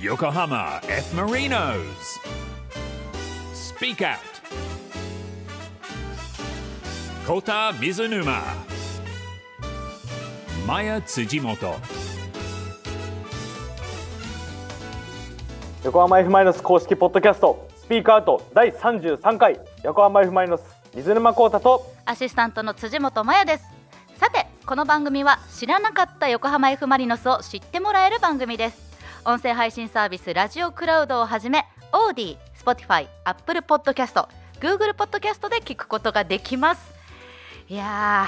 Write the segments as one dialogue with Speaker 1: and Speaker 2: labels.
Speaker 1: Yokohama F. Marinos. Speak Out. Kota Mizunuma. Maya Tsujimoto.
Speaker 2: 横浜 F マイナス公式ポッドキャストスピークアウト第33回横浜 F マイナス水沼孝太と
Speaker 3: アシスタントの辻本真也ですさてこの番組は知らなかった横浜 F ・マリノスを知ってもらえる番組です音声配信サービスラジオクラウドをはじめオーディ、Spotify、Apple Podcast、Google Podcast で聞くことができますいや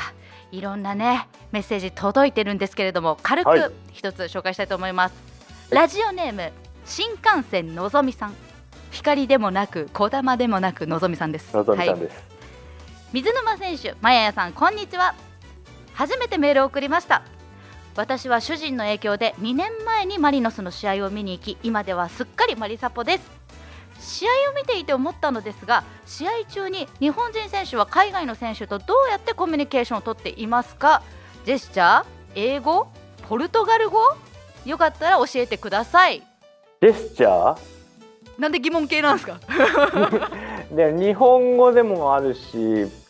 Speaker 3: ーいろんなねメッセージ届いてるんですけれども軽
Speaker 2: はい
Speaker 3: く一つ紹介したいと思います、ラジオネーム新幹線のぞみさん光でもなくこだまでもなくのぞみさんです
Speaker 2: のぞみさ
Speaker 3: は
Speaker 2: ん
Speaker 3: い
Speaker 2: です、
Speaker 3: 水沼選手、まややさん、こんにちは。初めてメールを送りました。私は主人の影響で2年前にマリノスの試合を見に行き、今ではすっかりマリサポです。試合を見ていて思ったのですが、試合中に日本人選手は海外の選手とどうやってコミュニケーションをとっていますかジェスチャー、英語、ポルトガル語よかったら教えてください。
Speaker 2: ジェスチャ
Speaker 3: なんで疑問系なんですか
Speaker 2: ーで日本語でもあるし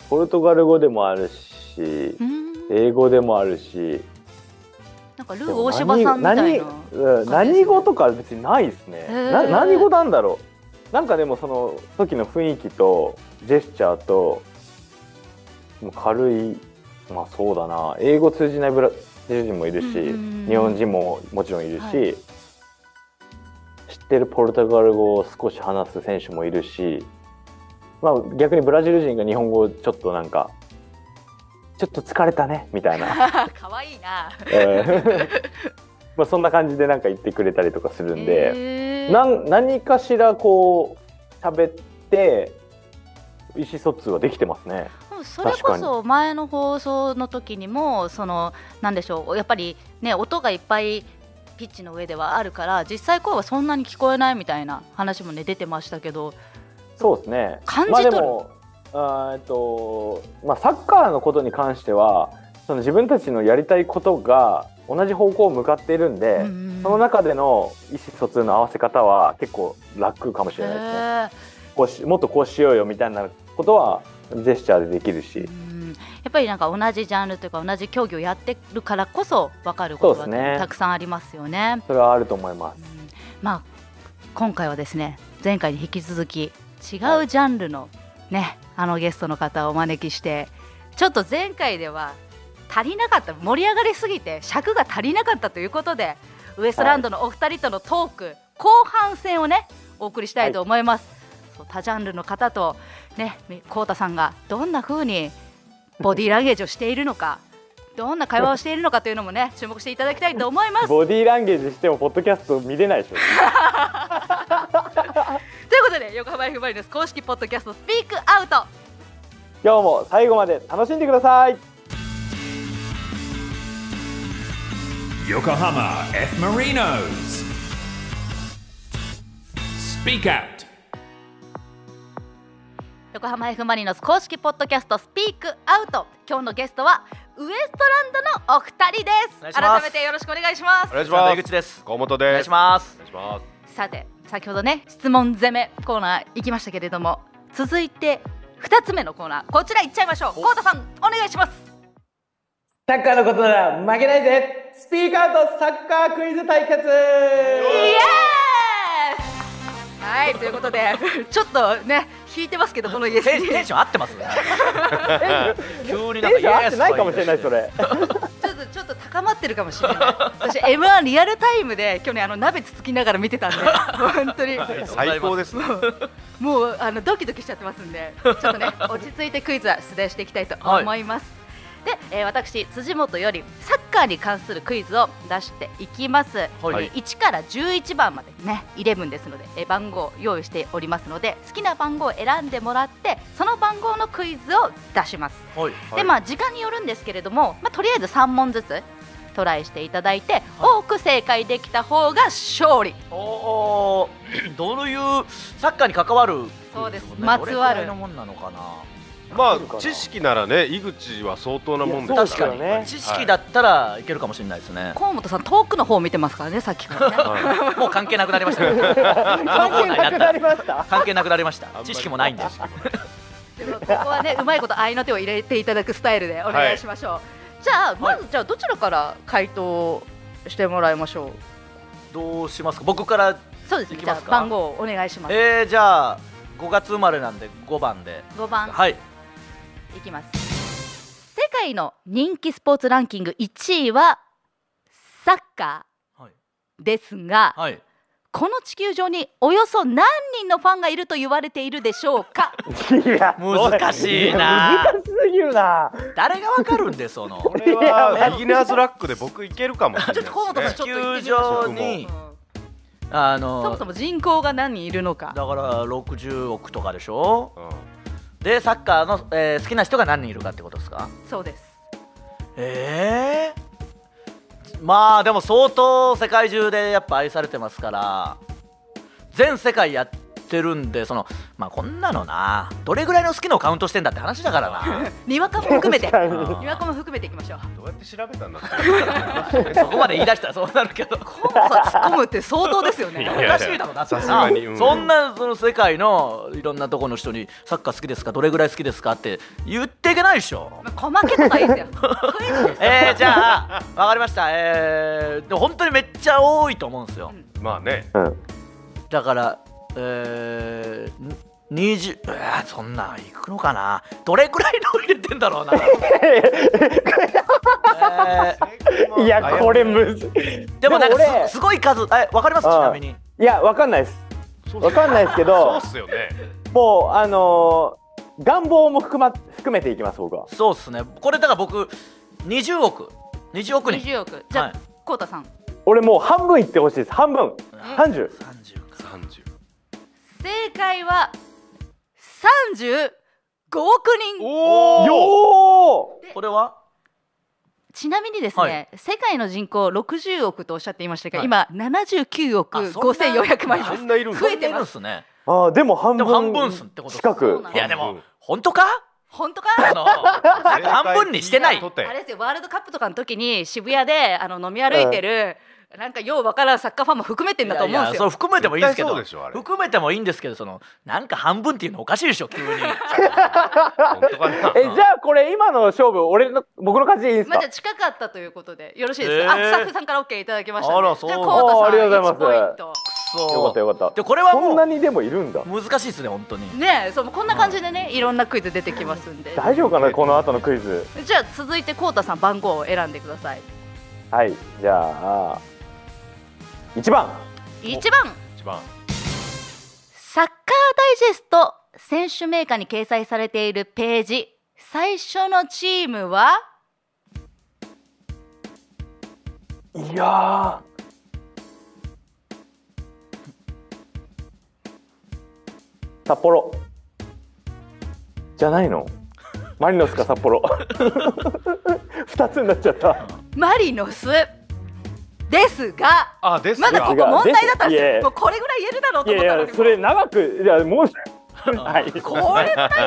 Speaker 2: ポルトガル語でもあるし
Speaker 3: うーん
Speaker 2: 英語でもあるし
Speaker 3: なんかルー大柴さんみたい
Speaker 2: 何うん
Speaker 3: な。感じですね
Speaker 2: 何語とか別にないですね
Speaker 3: へー
Speaker 2: な何語なんだろうなんかでもその時の雰囲気とジェスチャーともう軽いまあそうだな英語通じないブラジル人もいるし、
Speaker 3: うん
Speaker 2: 日本人ももちろんいるし、
Speaker 3: は
Speaker 2: 知ってるポルトガル語を少し話す選手もいるし、まあ、逆にブラジル人が日本語をちょっとなんかちょっと疲れたねみたいな
Speaker 3: 可愛いな。
Speaker 2: うん まあそんな感じでなんか言ってくれたりとかするんで、
Speaker 3: えー
Speaker 2: なん何かしらこう喋って意思疎通はできてますね。
Speaker 3: うんそれこ
Speaker 2: 確か
Speaker 3: そ前の放送の時にもそのなんでしょうやっぱりね音がいっぱいピッチの上ではあるから実際声はそんなに聞こえないみたいな話もね出てましたけど
Speaker 2: そうですね。
Speaker 3: 感じ
Speaker 2: まあ
Speaker 3: 取る
Speaker 2: でも、あーえっとまあサッカーのことに関しては、その自分たちのやりたいことが同じ方向を向かっているんで、
Speaker 3: うんうん
Speaker 2: その中での意思疎通の合わせ方は結構楽かもし
Speaker 3: へ
Speaker 2: れないですね。
Speaker 3: ー
Speaker 2: こうしもっとこうしようよみたいなことはジェスチャーでできるし
Speaker 3: う。んやっぱりなんか同じジャンルというか同じ競技をやってるからこそ分かること
Speaker 2: そ
Speaker 3: が
Speaker 2: うですね
Speaker 3: たくさんありますよね。
Speaker 2: それはあると思います。
Speaker 3: まあ今回はですね前回に引き続き違うジャンルのねあのゲストの方をお招きしてちょっと前回では足りなかった盛り上がりすぎて尺が足りなかったということでウエストランドのお二人とのトーク、後半戦をねお送りしたいと思います、そう多ジャンルの方とねこうたさんがどんな風にボディーランゲージをしているのかどんな会話をしているのかというのもね注目していただきたいと思います
Speaker 2: ボディーランゲージしてもポッドキャスト見れないでしょ。
Speaker 3: ということで横浜 F ・マリノス公式ポッドキャストスピークアウト
Speaker 2: 今日も最後まで楽しんでください。
Speaker 1: Yokohama F. Marinos. Speak Out.
Speaker 3: 横浜 F ・マリノス公式ポッドキャストスピークアウト今日のゲストはウエストランドのお二人
Speaker 4: お願
Speaker 3: で
Speaker 4: い
Speaker 3: す
Speaker 4: します
Speaker 3: 改めてよろしくお願いしま
Speaker 4: お
Speaker 3: す
Speaker 4: 願いします。
Speaker 5: 江口です
Speaker 4: 河本
Speaker 5: お
Speaker 4: で
Speaker 5: 願い
Speaker 4: す。
Speaker 5: します
Speaker 4: お願いします。
Speaker 3: さて先ほどね質問攻めコーナー行きましたけれども続いて二つ目のコーナーこちら行っちゃいましょうコウタさんお願いします
Speaker 2: サッカーのことなら負けないぜ。スピーカーとサッカークイズ対決。
Speaker 3: イエーイはいということで ちょっとね引いてますけどこの家
Speaker 5: テンテンション合っ てますね急になん
Speaker 2: テン
Speaker 5: か
Speaker 2: ション合ってないかもしれないそれ。
Speaker 3: ちょっとちょっと高まってるかもしれない。 私 M1 リアルタイムで去年あの鍋つつきながら見てたん で、本当に
Speaker 4: 最高ですね。
Speaker 3: もうあのドキドキしちゃってますんで、ちょっとね落ち着いてクイズは出題していきたいと思います。で、えー私辻元よりサッカーに関するクイズを出していきます。
Speaker 5: はい
Speaker 3: えー1から11番までね、11ですので、えー番号を用意しておりますので、好きな番号を選んでもらって、その番号のクイズを出します。
Speaker 5: はい
Speaker 3: でまあ時間によるんですけれども、まあ、とりあえず3問ずつトライしていただいて、多く正解できた方が勝利
Speaker 5: おーどういうサッカーに関わる
Speaker 3: そうです
Speaker 5: もんね
Speaker 3: まつわる
Speaker 5: どれくらいのもんなのかな
Speaker 4: ま
Speaker 2: か
Speaker 4: あ
Speaker 2: な
Speaker 4: 知識ならね井口は相当なもんです
Speaker 2: いや
Speaker 5: 確
Speaker 2: そう
Speaker 5: か
Speaker 2: だよね
Speaker 5: に知識だったらいけるかもしれないです ね
Speaker 3: 河本さん遠くの方見てますからねさっきからね
Speaker 4: は
Speaker 5: もう関係なくなりました ねこのコーナーになったら
Speaker 2: ました
Speaker 5: 関係なくなりまし
Speaker 4: あんま
Speaker 5: た
Speaker 4: り
Speaker 5: 知識もないんで
Speaker 4: 知識も
Speaker 3: でもここはねうまいこと合いの手を入れていただくスタイルでお願いしましょう、じゃあまずじゃあどちらから回答してもらいましょう、
Speaker 5: どうしますか僕から
Speaker 3: そうですね
Speaker 5: いき
Speaker 3: じ
Speaker 5: ま
Speaker 3: ゃあ
Speaker 5: すか
Speaker 3: 番号をお願いします
Speaker 5: えー、じゃあ5月生まれなんで5番で
Speaker 3: 5番
Speaker 5: はい
Speaker 3: いきます世界の人気スポーツランキング1位はサッカ
Speaker 5: はい、
Speaker 3: ーですが、
Speaker 5: はい、
Speaker 3: この地球上におよそ何人のファンがいると言われているでしょう か
Speaker 2: いや
Speaker 5: 難しいな
Speaker 2: 難しすぎるな
Speaker 5: 誰がわかるんでそ の
Speaker 4: こ れはビギナーズラックで僕いけるかもしれない
Speaker 3: ちょっと河本さん
Speaker 4: で
Speaker 3: ち
Speaker 4: す
Speaker 3: ょ
Speaker 4: ね
Speaker 3: っと言ってみましょう、
Speaker 5: 地球上
Speaker 3: う
Speaker 5: に
Speaker 3: ん
Speaker 5: あ
Speaker 3: そも
Speaker 5: の
Speaker 3: そも人口が何人いるのか
Speaker 5: だから60億とかでしょ
Speaker 4: うん
Speaker 5: でサッカーの、えー好きな人が何人いるかってことですか
Speaker 3: そうです
Speaker 5: ええまあでも相当世界中でやっぱ愛されてますから全世界やってるんでそのまあこんなのなどれぐらいの好きのをカウントしてんだって話だから な
Speaker 3: にわかも含めて
Speaker 2: 確か
Speaker 5: に
Speaker 3: にわかも含めていきましょう
Speaker 4: どうやって調べたんだって
Speaker 5: そこまで言い出したらそうなるけど
Speaker 3: 河本さん突っ込むって相当ですよ
Speaker 4: い
Speaker 3: ね
Speaker 4: や
Speaker 5: おかしいだろだって
Speaker 4: さすがにうん
Speaker 5: そんなその世界のいろんなとこの人にサッカー好きですかどれぐらい好きですかって言っていけないでしょ
Speaker 3: まあ細けとかいい ですよ雰囲気です
Speaker 5: えー、じゃあ わかりましたえー、でも本当にめっちゃ多いと思うんですよ
Speaker 4: まあね
Speaker 2: うん
Speaker 5: だからえー、に20えー、そんなんいくのかなどれくらいの入れてんだろう な、え
Speaker 2: いやこれむず
Speaker 5: ー、でもなん
Speaker 2: でも俺
Speaker 5: かすすごい数えわかりますち
Speaker 2: ああ
Speaker 5: なみに
Speaker 2: いやわかんないですわかんないですけ
Speaker 4: そう
Speaker 2: ど
Speaker 4: っすよね
Speaker 2: もうあのー願望も含ま含めていきます僕は
Speaker 5: そうっすねこれだから僕20億20億人
Speaker 3: 20億じゃ
Speaker 5: は
Speaker 3: あ
Speaker 5: い
Speaker 3: こうたさん
Speaker 2: 俺もう半分いってほしいです半分30
Speaker 5: 30か
Speaker 4: 30
Speaker 3: 正解は35億人
Speaker 4: お
Speaker 2: よー
Speaker 5: これは
Speaker 3: ちなみにですね、
Speaker 5: はい
Speaker 3: 世界の人口60億とおっしゃっていましたが、
Speaker 5: はい
Speaker 3: 今79億
Speaker 5: あそんな
Speaker 3: 5400万人
Speaker 4: あ
Speaker 3: で
Speaker 4: ん
Speaker 3: す
Speaker 4: ないるんだ
Speaker 3: 増えて
Speaker 5: る
Speaker 3: ま
Speaker 5: ん
Speaker 3: す
Speaker 5: すね
Speaker 2: あーでも半
Speaker 5: で
Speaker 2: 分
Speaker 5: も半分っすってことっす
Speaker 2: 近
Speaker 3: そう
Speaker 2: く
Speaker 3: なん
Speaker 5: いやでも
Speaker 4: 半分
Speaker 5: 本当か
Speaker 3: 本当か
Speaker 5: あの半分にしてない
Speaker 4: と
Speaker 3: あれ
Speaker 4: て
Speaker 3: ですよワールドカップとかの時に渋谷であの飲み歩いてる、なんかようわからんサッカーファンも含めてんだと思うん
Speaker 5: いや
Speaker 3: で
Speaker 5: いや
Speaker 3: す
Speaker 5: それ
Speaker 3: よ。
Speaker 5: 含めてもいいんですけ
Speaker 4: 絶
Speaker 5: ど
Speaker 4: 対そうでしょあれ
Speaker 5: 含めてもいいんですけどそのなんか半分っていうのおかしいでしょ急に
Speaker 4: 本当かな
Speaker 2: えじゃあこれ今の勝負俺の僕の勝ちでいいです
Speaker 3: まあ、
Speaker 2: か
Speaker 3: じゃあ近かったということでよろしいですか、
Speaker 5: えー
Speaker 3: あスタッフさんから OK いただきました、ね、
Speaker 5: あらそう
Speaker 3: じゃあコウタさん
Speaker 2: あーありがとうございます
Speaker 3: 1ポイン
Speaker 5: そう
Speaker 2: よかったよかった
Speaker 5: でこれは
Speaker 2: そんな
Speaker 5: も
Speaker 2: にでもいるんだ
Speaker 5: う難しいですね本当に
Speaker 3: トねえそうこんな感じでねいろんなクイズ出てきますんで
Speaker 2: 大丈夫かなこの後のクイズ
Speaker 3: じゃあ続いてコウタさん番号を選んでください
Speaker 2: はいじゃあ1番
Speaker 3: 1番
Speaker 4: 一番
Speaker 3: サッカーダイジェスト選手メーカーに掲載されているページ最初のチームはい
Speaker 2: やー札幌じゃないのマリノスか札 幌二つになっちゃった
Speaker 3: マリノスですが
Speaker 4: あです
Speaker 3: まだこ
Speaker 4: が
Speaker 3: こ問題だったんです
Speaker 2: い
Speaker 3: よ
Speaker 2: や
Speaker 3: もうこれぐらい言えるだろう
Speaker 2: い
Speaker 3: と思っ
Speaker 2: や
Speaker 3: たの
Speaker 2: い
Speaker 3: に
Speaker 2: やそれ長くいやもうはい
Speaker 3: これ大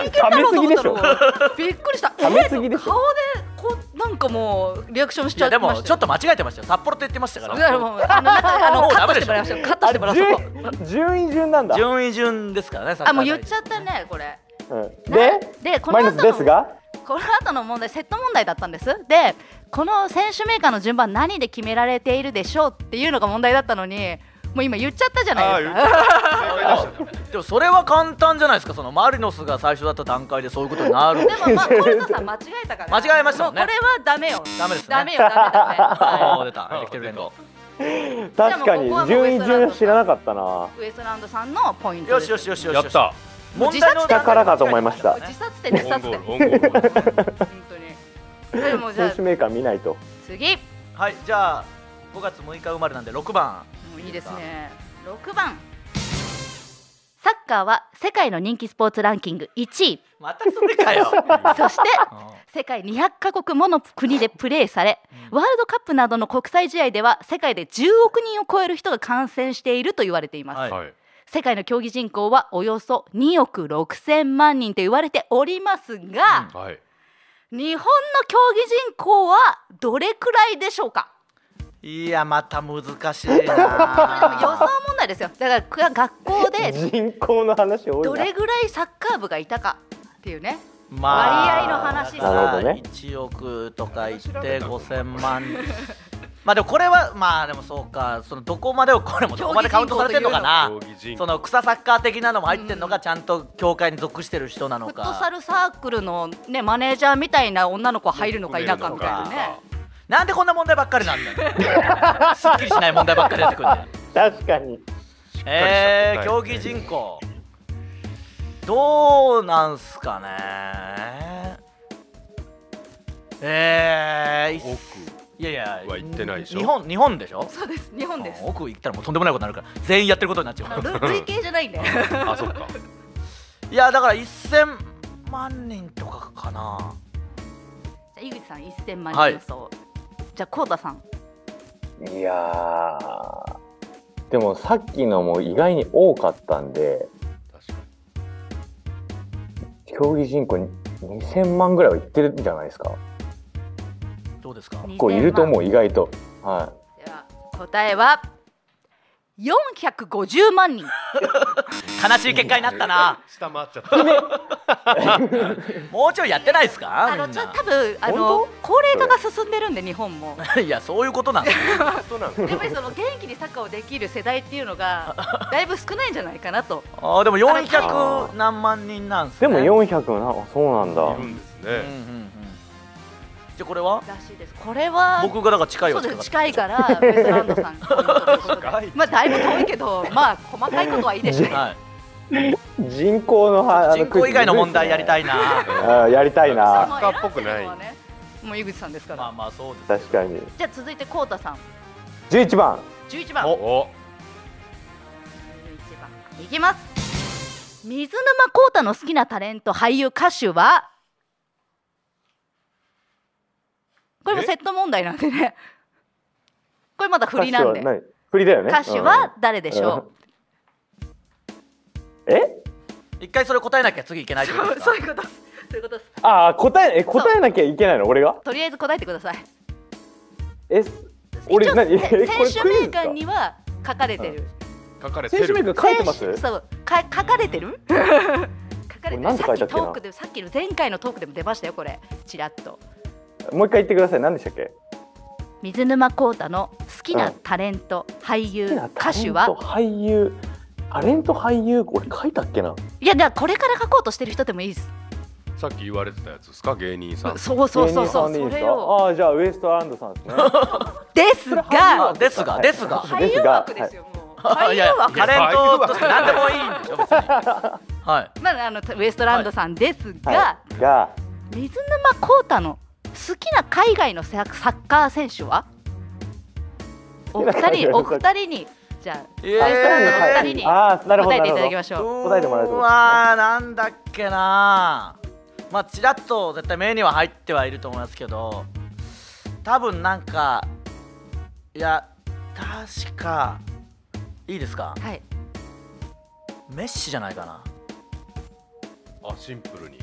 Speaker 3: 変だろうと思ったのびっくりした
Speaker 2: 冷めすぎでしょ
Speaker 3: 顔でこうなんかもうリアクションし
Speaker 5: い
Speaker 3: ちゃ
Speaker 5: や
Speaker 3: って
Speaker 5: で
Speaker 3: ま
Speaker 5: も
Speaker 3: した
Speaker 5: ちょっ
Speaker 3: よ
Speaker 5: と間違えてましたよ札幌って言ってましたか
Speaker 3: いや
Speaker 5: ら
Speaker 3: もうあの中あの
Speaker 5: もう
Speaker 3: カッ
Speaker 5: ダ
Speaker 3: ト
Speaker 5: メ
Speaker 3: し
Speaker 5: で
Speaker 3: てもらいまし
Speaker 5: しょ
Speaker 3: ょうカットしてもらいましょ
Speaker 2: 順
Speaker 3: う
Speaker 2: 順位順なんだ、
Speaker 5: 順位順ですからね
Speaker 3: あもう言っちゃ
Speaker 5: っ
Speaker 3: ったねこれ
Speaker 2: うんで
Speaker 3: でこの
Speaker 2: マイナ
Speaker 3: 後
Speaker 2: スです
Speaker 3: の
Speaker 2: が
Speaker 3: この後の問題セット問題だったんですでこの選手メーカーの順番何で決められているでしょうっていうのが問題だったのにもう今言っちゃったじゃ
Speaker 4: あ
Speaker 3: な
Speaker 4: あ
Speaker 3: い
Speaker 4: 言
Speaker 3: で
Speaker 4: っ
Speaker 3: す
Speaker 4: た
Speaker 3: か
Speaker 4: 正解出した
Speaker 5: でもそれは簡単じゃないですかそのマリノスが最初だった段階でそういうことになる
Speaker 3: でもまあコルトさん間違えたから
Speaker 5: 間違えましたもんね
Speaker 3: うこれはダメよ
Speaker 5: ダメですね
Speaker 3: ダメよダメダメ、
Speaker 5: あー
Speaker 3: は
Speaker 5: 出たできてる連合
Speaker 2: 確かに
Speaker 3: でもここはもう
Speaker 2: 順位
Speaker 3: ウエストラン
Speaker 2: 順
Speaker 3: ド、
Speaker 2: 知らなかったない
Speaker 3: ウエストランドさんのポイント
Speaker 5: よ
Speaker 3: で
Speaker 5: し
Speaker 3: す
Speaker 5: よしよしよし
Speaker 4: やった
Speaker 5: 問題の
Speaker 3: 下
Speaker 2: からかと思いました
Speaker 3: 自殺点自
Speaker 4: オン
Speaker 3: 殺
Speaker 4: ゴ
Speaker 3: 点
Speaker 4: ール
Speaker 3: 本
Speaker 4: オンゴール
Speaker 3: 当にでもじゃ
Speaker 2: 選
Speaker 3: あ
Speaker 2: 手メーカー見ないと
Speaker 3: 次も
Speaker 5: はいじゃあ5月6日生まれなんで6番
Speaker 3: ういいですね6番サッカーは世界の人気スポーツランキング1位
Speaker 5: またそれ かよ
Speaker 3: そして世界200カ国もの国でプレーされワールドカップなどの国際試合では世界で10億人を超える人が観戦していると言われています、
Speaker 5: はい
Speaker 4: はい
Speaker 3: 世界の競技人口はおよそ2億6000万人と言われておりますが、
Speaker 4: はい。
Speaker 3: 日本の競技人口はどれくらいでしょうか
Speaker 5: いやまた難しい
Speaker 3: でも予想
Speaker 5: な
Speaker 3: 問題ですよだから学校で
Speaker 2: 人口の話多いな
Speaker 3: どれぐらいサッカー部がいたかっていうね割合の話
Speaker 5: だから
Speaker 2: なるほどね
Speaker 5: 1億とか言って5000万まあでもこれはまあでもそうかそのどこまでをこれもどこまでカウントされてるのかな
Speaker 4: 競技人口
Speaker 5: その草サッカー的なのも入ってんのがちゃんと協会に属してる人なの
Speaker 3: フッ
Speaker 5: か
Speaker 3: トサルサークルの、ね、マネージャーみたいな女の子入るのか否かみたいなね。
Speaker 5: なんでこんな問題ばっかりなんだよすっきりしない問題ばっかり出てくるんだよ
Speaker 2: 確かに
Speaker 5: えー、競技人口どうなんすかねえー、いっ
Speaker 4: 奥
Speaker 5: いやいや
Speaker 4: は行ってないでしょ
Speaker 5: 日本日本でしょ
Speaker 3: そうです日本です
Speaker 5: あ奥行ったらもうとんでもないことになるから全員やってることになっち
Speaker 3: あ
Speaker 5: ゃ
Speaker 3: のル
Speaker 5: う
Speaker 3: 累計じゃないんで
Speaker 4: あ、そっか。
Speaker 5: いやだから1000万人とかかな
Speaker 3: じゃあ井口さん1000万人予想、じゃあコウタさん
Speaker 2: いやーでもさっきのも意外に多かったんで
Speaker 4: 確かに。
Speaker 2: 競技人口に2000万ぐらいはいってるんじゃないですか
Speaker 5: どうですか
Speaker 2: こういると思
Speaker 3: う
Speaker 2: う意外とは
Speaker 3: では答えは450万人
Speaker 5: 悲しい結果になったな
Speaker 4: 下回っちゃった。
Speaker 5: もうちょいやってないですか
Speaker 3: あの
Speaker 5: みん
Speaker 3: ちょ
Speaker 5: な
Speaker 3: 多分あの高齢化が進んでるんで日本も
Speaker 5: いやそういうことなんだよ
Speaker 4: そうなんだ
Speaker 3: やっぱりその元気にサッカーをできる世代っていうの がだいぶ少ないんじゃないかなと
Speaker 5: あーでも
Speaker 2: あ
Speaker 5: 400何万人なんす
Speaker 2: い
Speaker 5: ね
Speaker 2: でも400もなあそうなん
Speaker 4: いる
Speaker 2: だ
Speaker 4: んです
Speaker 5: うんうん
Speaker 4: ね。
Speaker 5: うんじゃあこれは
Speaker 3: らしいですこれは
Speaker 5: 僕がだから近い
Speaker 3: そ
Speaker 5: わ
Speaker 3: う
Speaker 5: け
Speaker 3: で
Speaker 5: だ
Speaker 3: す
Speaker 5: か
Speaker 3: 近いからベストランドさんポイントということで まあだいぶ遠いけどまあ細かいことはいいでしょう
Speaker 5: ら、はい、
Speaker 2: 人口のはあの
Speaker 5: 人口以外の問題やりた
Speaker 2: い
Speaker 5: いな
Speaker 2: あーやりたい
Speaker 4: サ
Speaker 2: な
Speaker 4: ッカーっぽくな
Speaker 3: まあ選んでる
Speaker 4: い
Speaker 3: のはねもう井口さんですから、
Speaker 5: まあまあそうです
Speaker 2: 確
Speaker 5: けど
Speaker 2: かに
Speaker 3: じゃあ続いてコウタさん
Speaker 2: 11番
Speaker 3: 11番
Speaker 4: お、お、
Speaker 3: 11番いきます水沼コウタの好きなタレント俳優歌手はこれもセット問題なんでねこれまだ振りなんで
Speaker 2: 歌手は何振りだよね
Speaker 3: 歌手は誰でしょ
Speaker 2: うん え
Speaker 5: 一回それ答えなきゃ次いけな
Speaker 3: う、
Speaker 5: いってこ と
Speaker 3: そうそうい
Speaker 5: ですか
Speaker 3: うことですそういうことです
Speaker 2: ああ答ええ答えなきゃいけないの俺が
Speaker 3: とりあえず答えてください
Speaker 2: え俺
Speaker 3: 一応
Speaker 2: 何
Speaker 3: せ
Speaker 2: これクイズ
Speaker 3: 選手名
Speaker 2: ですか
Speaker 3: 鑑には書かれてる。
Speaker 4: 書かれて
Speaker 2: 選手
Speaker 4: る。
Speaker 2: 名が書いてます
Speaker 3: 選手そうか書かれてる？書かれて
Speaker 2: これなん
Speaker 3: る。
Speaker 2: て
Speaker 3: さ
Speaker 2: 書いた
Speaker 3: っき
Speaker 2: っけ
Speaker 3: ト
Speaker 2: な
Speaker 3: ークでさっきの前回のトークでも出ましたよこれ。ちらっと
Speaker 2: もう一回言ってください何でしたっけ
Speaker 3: 水沼孝太の好きなタレント、俳優歌手は
Speaker 2: 俳優タレント俳優俺書いたっけない
Speaker 3: やだからこれから書こうとしてる人でもいいです。
Speaker 4: さっき言われてたやつですか、芸人さん。
Speaker 3: そうそうそうそ
Speaker 2: 芸人さ
Speaker 3: う
Speaker 2: んでいい
Speaker 3: そ
Speaker 2: です
Speaker 3: れ
Speaker 2: か
Speaker 3: を
Speaker 2: ああーじゃあウエストランドさん ですね
Speaker 3: ですが
Speaker 5: あですがですが
Speaker 2: はい
Speaker 3: 俳優枠ですよもう俳
Speaker 5: い
Speaker 3: 優
Speaker 5: や
Speaker 3: 枠。
Speaker 5: タレントとして何でもいいんでしょ別にはい
Speaker 3: まああのウエストランドさんですが。
Speaker 2: はいが
Speaker 3: 水沼孝太の好きな海外のササッカー選手はお二
Speaker 2: 海外
Speaker 3: 人
Speaker 2: の
Speaker 3: お二人にじゃあ
Speaker 5: え
Speaker 3: ウエストランドのお二人
Speaker 2: え
Speaker 3: に
Speaker 2: ーあーなるほど
Speaker 3: 答え
Speaker 2: な
Speaker 3: てい
Speaker 2: る
Speaker 3: た
Speaker 2: ほ
Speaker 3: だ
Speaker 2: ど
Speaker 3: きましょう
Speaker 2: 答えてもらえるってことですね
Speaker 5: うわーなんだっけなまあちらっと絶対目には入ってはいると思いますけど多分なんかいや確かいいですか
Speaker 3: はい
Speaker 5: メッシじゃないかな
Speaker 4: あ、シンプルに。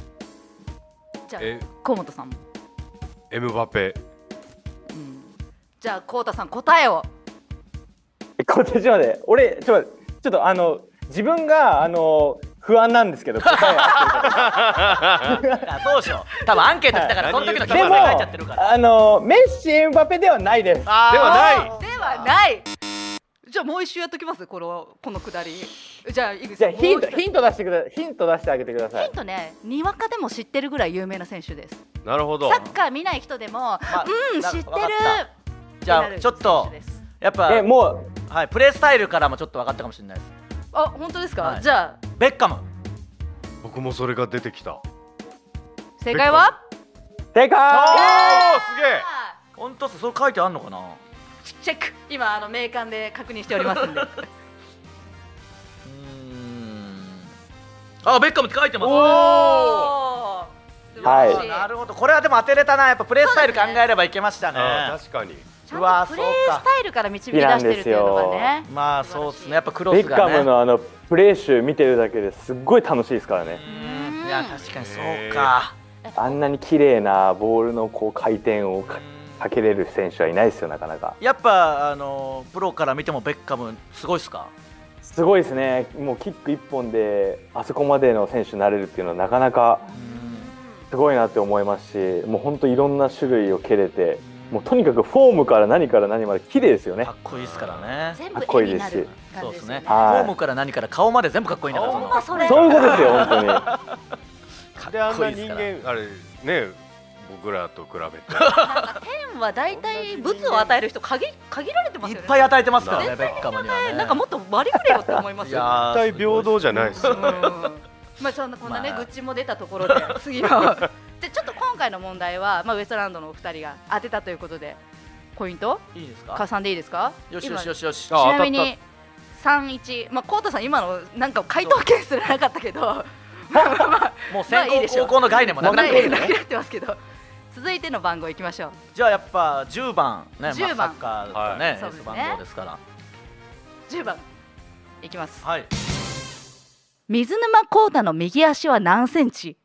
Speaker 3: じゃあ
Speaker 4: え、
Speaker 3: 河本さんも、
Speaker 4: エムバペ。
Speaker 3: うん、じゃあ孝太さん答えを
Speaker 2: えこっちまで俺ちょっと待ってちょっとあの自分があの不安なんですけど答えは
Speaker 5: あそうでしょ多分アンケート来たから、その時の
Speaker 4: 何
Speaker 5: 記
Speaker 2: で
Speaker 4: 言
Speaker 5: 事
Speaker 4: う
Speaker 5: 書
Speaker 4: た
Speaker 5: い
Speaker 4: かわ
Speaker 5: ちゃってるから
Speaker 2: もあのメッシエムバペではないです
Speaker 5: あー
Speaker 4: ではない
Speaker 3: ではないじゃあもう一周やっときますこのこのくだりじゃあ井口
Speaker 2: じ
Speaker 3: さ
Speaker 2: ゃあ
Speaker 3: ん
Speaker 2: ヒン
Speaker 3: もう
Speaker 2: ト
Speaker 3: 一回
Speaker 2: ヒント出してくだヒント出してあげてくださ
Speaker 3: ヒ
Speaker 2: い
Speaker 3: ントねにわかでも知ってるぐらい有名な選手です
Speaker 4: なるほど。
Speaker 3: サッカー見ない人でも
Speaker 5: あ
Speaker 3: うん知
Speaker 5: な
Speaker 3: ってる
Speaker 5: わかったじゃあちょっと
Speaker 3: 選手です
Speaker 5: やっぱ、
Speaker 2: えもう
Speaker 5: はい、プレースタイルからもちょっと分かったかもしれないです
Speaker 3: あ本当ですか、
Speaker 5: はい
Speaker 3: じゃあ
Speaker 5: ベッカム
Speaker 4: 僕もそれが出てきた。おお、
Speaker 3: 正解は
Speaker 2: 正解
Speaker 4: すげえ。
Speaker 5: 本当っすそれ書いてあんのかな
Speaker 3: チェック今あの名鑑で確認しておりますん で
Speaker 5: うーんあベッカムって書いてます
Speaker 3: おー素晴らし
Speaker 5: なるほどこれはでも当てれたなやっぱプレースタイル考えればいけましたね
Speaker 4: あー、確かに。
Speaker 3: ちゃ
Speaker 5: うわ
Speaker 3: ん
Speaker 5: ー
Speaker 3: とプレー
Speaker 5: そうか
Speaker 3: スタイルから導き出してるっていうのがね
Speaker 5: まあそうですねやっぱクロ
Speaker 2: ベ
Speaker 5: ス
Speaker 2: ッカ
Speaker 5: が
Speaker 2: ム
Speaker 5: ね
Speaker 2: のあのプレー集見てるだけですっごい楽しいですからね
Speaker 5: うんいや確かにそうか
Speaker 2: あんなに綺麗なボールのこう回転をかかけれる選手はいないですよなかなか
Speaker 5: やっぱあのプロから見てもベッカムすごいっすか
Speaker 2: すごいですねもうキック1本であそこまでの選手になれるっていうのはなかなかすごいなって思いますしもう本当いろんな種類を蹴れてもうとにかくフォームから何から何まで綺麗ですよね
Speaker 5: かっこいいっすからね
Speaker 3: 全
Speaker 2: かっこ
Speaker 3: 部
Speaker 2: いい
Speaker 3: 絵に
Speaker 2: です
Speaker 3: な
Speaker 2: し
Speaker 3: る感
Speaker 5: そう
Speaker 3: じ
Speaker 5: で
Speaker 3: ですす
Speaker 5: ね
Speaker 3: ね
Speaker 5: フ
Speaker 2: は
Speaker 5: ォームから何から顔まで全部かっこいいんだからそ
Speaker 3: ほ
Speaker 5: の
Speaker 3: んまそれ
Speaker 2: そういうことですよ本当に
Speaker 5: か
Speaker 4: であ
Speaker 5: っ
Speaker 4: ん
Speaker 5: こ
Speaker 4: ない
Speaker 5: いで
Speaker 4: 人
Speaker 5: すから
Speaker 4: 間あれね僕らと比 べて
Speaker 3: 天は大体物を与える人限限られてます
Speaker 5: いっ
Speaker 3: よね
Speaker 5: ぱい与えてますからね
Speaker 3: 絶
Speaker 5: ベッカムにはね
Speaker 3: なんかもっと割り振れよって思います
Speaker 5: い
Speaker 3: よ
Speaker 5: やー
Speaker 4: 絶対平等じゃないですよ
Speaker 3: うんまあそんなこんなね、
Speaker 5: まあ
Speaker 3: 愚痴も出たとこ ろで次のでちょっと今回の問題は、まあ、ウエストランドのお二人が当てたということでポイント
Speaker 5: いいですか
Speaker 3: 加算でいいですか
Speaker 5: よしよしよしよし
Speaker 3: 今ちなみ
Speaker 4: 当た
Speaker 3: に31まあコウタさん今のなんか回答権すらなかったけどまあまあ
Speaker 5: も
Speaker 3: ま
Speaker 5: う
Speaker 3: あ
Speaker 5: 先
Speaker 3: いいで
Speaker 5: 行
Speaker 3: しょ
Speaker 5: 高校の概念もなくなって
Speaker 3: はい
Speaker 5: る
Speaker 3: な
Speaker 5: ね
Speaker 3: くなってますけど続いての番号いきましょう
Speaker 5: じゃあやっぱ10番ねまあサ
Speaker 3: 10番
Speaker 5: ッカーとね
Speaker 3: はいそう
Speaker 5: エー
Speaker 3: です
Speaker 5: ス
Speaker 3: ね
Speaker 5: 番号ですから
Speaker 3: 10番いきます
Speaker 5: はい
Speaker 3: 水沼コウタの右足は何センチ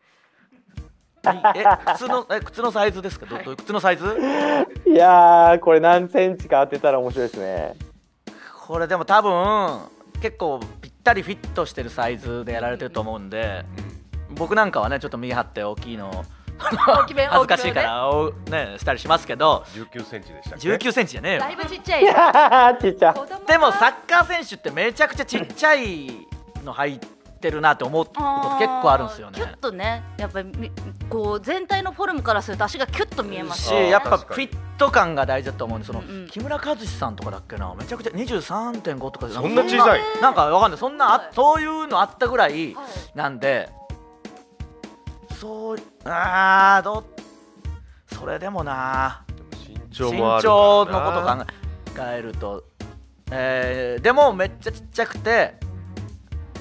Speaker 5: え靴のえ靴のサイズですかどどういう靴のサイズ
Speaker 2: いやーこれ何センチか当てたら面白いですね
Speaker 5: これでも多分結構ぴったりフィットしてるサイズでやられてると思うんで僕なんかはねちょっと見張って大きいの
Speaker 3: 大きめ
Speaker 5: 恥ずかしい
Speaker 3: 大きめのね
Speaker 5: からおねしたりしますけど
Speaker 4: 19センチでしたっけ
Speaker 5: 1 9センチじゃねえよ
Speaker 3: だいぶちっちゃい
Speaker 2: いやーちっちゃ
Speaker 3: 子供か
Speaker 5: でもサッカー選手ってめちゃくちゃちっちゃいの入ってるなって思うこと結構あるんですよね
Speaker 3: キュッとねやっぱりみこう全体のフォルムからすると足がキュッと見えます
Speaker 5: し
Speaker 3: よね
Speaker 5: やっぱ
Speaker 4: 確
Speaker 5: フ
Speaker 4: か
Speaker 5: ィ
Speaker 4: に
Speaker 5: ット感が大事だと思うんでその、
Speaker 3: うんうん
Speaker 5: 木村和志さんとかだっけなめちゃくちゃ23.5とか
Speaker 4: そんな小さい
Speaker 5: なんかわかんないそんなあ
Speaker 3: はい
Speaker 5: そういうのあったぐらい
Speaker 3: はい
Speaker 5: なんでそうあーどそれでもな
Speaker 4: でも身
Speaker 5: 身
Speaker 4: 長もあるから
Speaker 5: 長のこと
Speaker 4: な
Speaker 5: 考え考えると、えーでもめっちゃちっちゃくて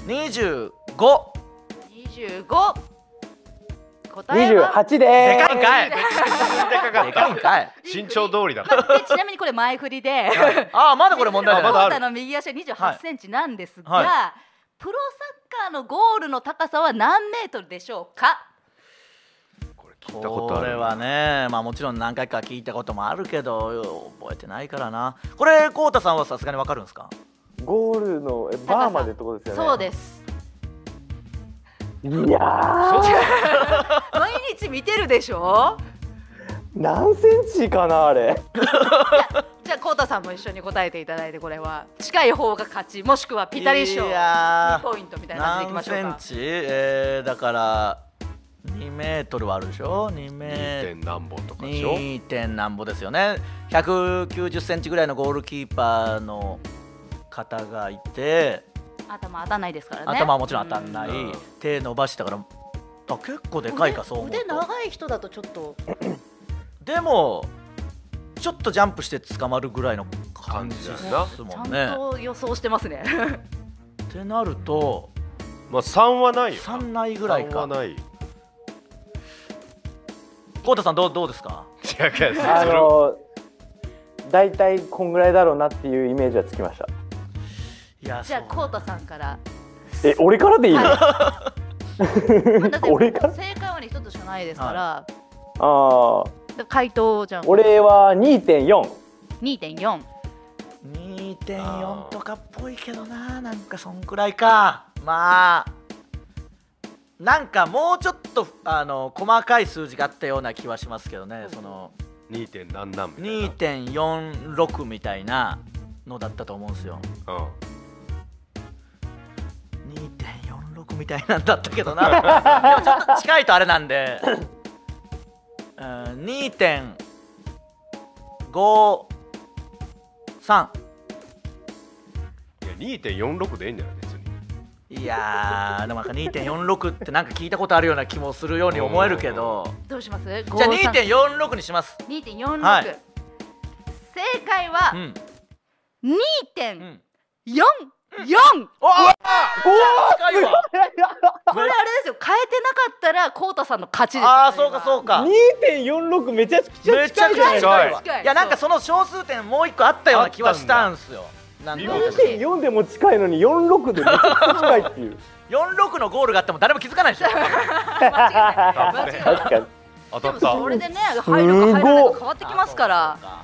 Speaker 5: 25
Speaker 3: 25答えは
Speaker 2: 28でー
Speaker 5: でかいんかい
Speaker 4: でか
Speaker 5: で
Speaker 4: か
Speaker 5: かい
Speaker 4: っ
Speaker 5: んかい
Speaker 4: た身長通りだ
Speaker 3: でちなみにこれ前振りで
Speaker 5: ああまだこれ問題だ
Speaker 4: あま
Speaker 5: よ
Speaker 4: だ
Speaker 3: コ
Speaker 4: あ
Speaker 3: ー
Speaker 4: る
Speaker 3: タの右足は28センチなんですが、
Speaker 5: はい
Speaker 3: プロサッカーのゴールの高さは何メートルでしょうか
Speaker 4: これ聞いたこと
Speaker 5: こ
Speaker 4: あ
Speaker 5: れ
Speaker 4: る
Speaker 5: はねまあもちろん何回か聞いたこともあるけど覚えてないからなこれこうたさんはさすがにわかるんですか
Speaker 2: ゴールのえバーまでってことですよね
Speaker 3: そうです
Speaker 2: いやー
Speaker 3: 毎日見てるでしょ
Speaker 2: 何センチかなあれ
Speaker 3: じゃあコータさんも一緒に答えていただいてこれは近い方が勝ちもしくはピタリ賞
Speaker 5: い
Speaker 3: 2
Speaker 5: やー
Speaker 3: ポイントみたいな感じでいきましょう
Speaker 5: 何
Speaker 3: か
Speaker 5: センチえー、だから2メートルはあるでしょ2メー
Speaker 4: 2点何本とかでしょ
Speaker 5: 2. 点なんぼですよね190センチぐらいのゴールキーパーの方がいて
Speaker 3: 頭当たんないですからね
Speaker 5: 頭はもちろん当たんない、
Speaker 4: うん
Speaker 5: 手伸ばしたからあ結構でかいかそう思うと
Speaker 3: 腕腕長い人だとちょっと
Speaker 5: でもちょっとジャンプして捕まるぐらいの感じです
Speaker 3: ち
Speaker 5: も
Speaker 3: ゃ
Speaker 5: ん
Speaker 3: ん
Speaker 5: ね。
Speaker 3: と予想してますね
Speaker 5: ってなると
Speaker 4: まあ3はないよ
Speaker 5: 3ないぐらい
Speaker 4: 3は
Speaker 5: か。
Speaker 4: ないい
Speaker 5: コウタさんどうどうですか
Speaker 4: やいやそれ
Speaker 2: あの大体こんぐらいだろうなっていうイメージはつきました
Speaker 5: いや
Speaker 3: じゃあ
Speaker 5: そう
Speaker 3: コータさんから
Speaker 2: え俺からでいいの、
Speaker 3: は まあだって
Speaker 2: 俺から
Speaker 3: 正解はね一つしかないですから、
Speaker 2: ああ
Speaker 3: だから回答じゃん
Speaker 2: 俺は2.4
Speaker 3: 2.4
Speaker 5: 2.4とかっぽいけどななんかそんくらいかまあなんかもうちょっとあの細かい数字があったような気はしますけどねその
Speaker 4: 2. 点何何みたいな
Speaker 5: 2.46みたいなのだったと思うんですよ
Speaker 4: うん
Speaker 5: 2.46みたいなんだったけどなでもちょっと近いとあれなんでうん2.53
Speaker 4: いや2.46でいいんだよ別に
Speaker 5: いやーでもなんか2.46ってなんか聞いたことあるような気もするように思えるけど
Speaker 3: どうします
Speaker 5: じゃあ2.46にします
Speaker 3: 2.46、
Speaker 5: はい
Speaker 3: 正解
Speaker 5: う
Speaker 3: は
Speaker 5: ん
Speaker 3: 2.4
Speaker 5: う
Speaker 3: 4!
Speaker 5: んおお近いわ
Speaker 3: これあれですよ変えてなかったらコウタさんの勝ちですよ
Speaker 5: ああそうかそうか
Speaker 2: 2.46めちゃくちゃ
Speaker 5: めちゃ
Speaker 2: 近
Speaker 5: く
Speaker 2: いじ
Speaker 5: ち
Speaker 2: ゃ
Speaker 5: ゃ近
Speaker 2: ないい
Speaker 4: めちゃ
Speaker 5: わ
Speaker 3: 近いそう
Speaker 5: いやなんかその小数点もう一個あったような気はしたんすよなん
Speaker 4: 見
Speaker 5: とな
Speaker 4: 事
Speaker 5: く
Speaker 2: 2.4でも近いのに46でめちゃくちゃ近いっていう
Speaker 5: 46の ゴールがあっても誰も気づかないでしょ
Speaker 3: 間違いない
Speaker 2: 確かに
Speaker 4: 当
Speaker 3: で
Speaker 4: たっ
Speaker 3: も
Speaker 4: た
Speaker 3: それでね入るか入らないか変わってきますから
Speaker 5: あ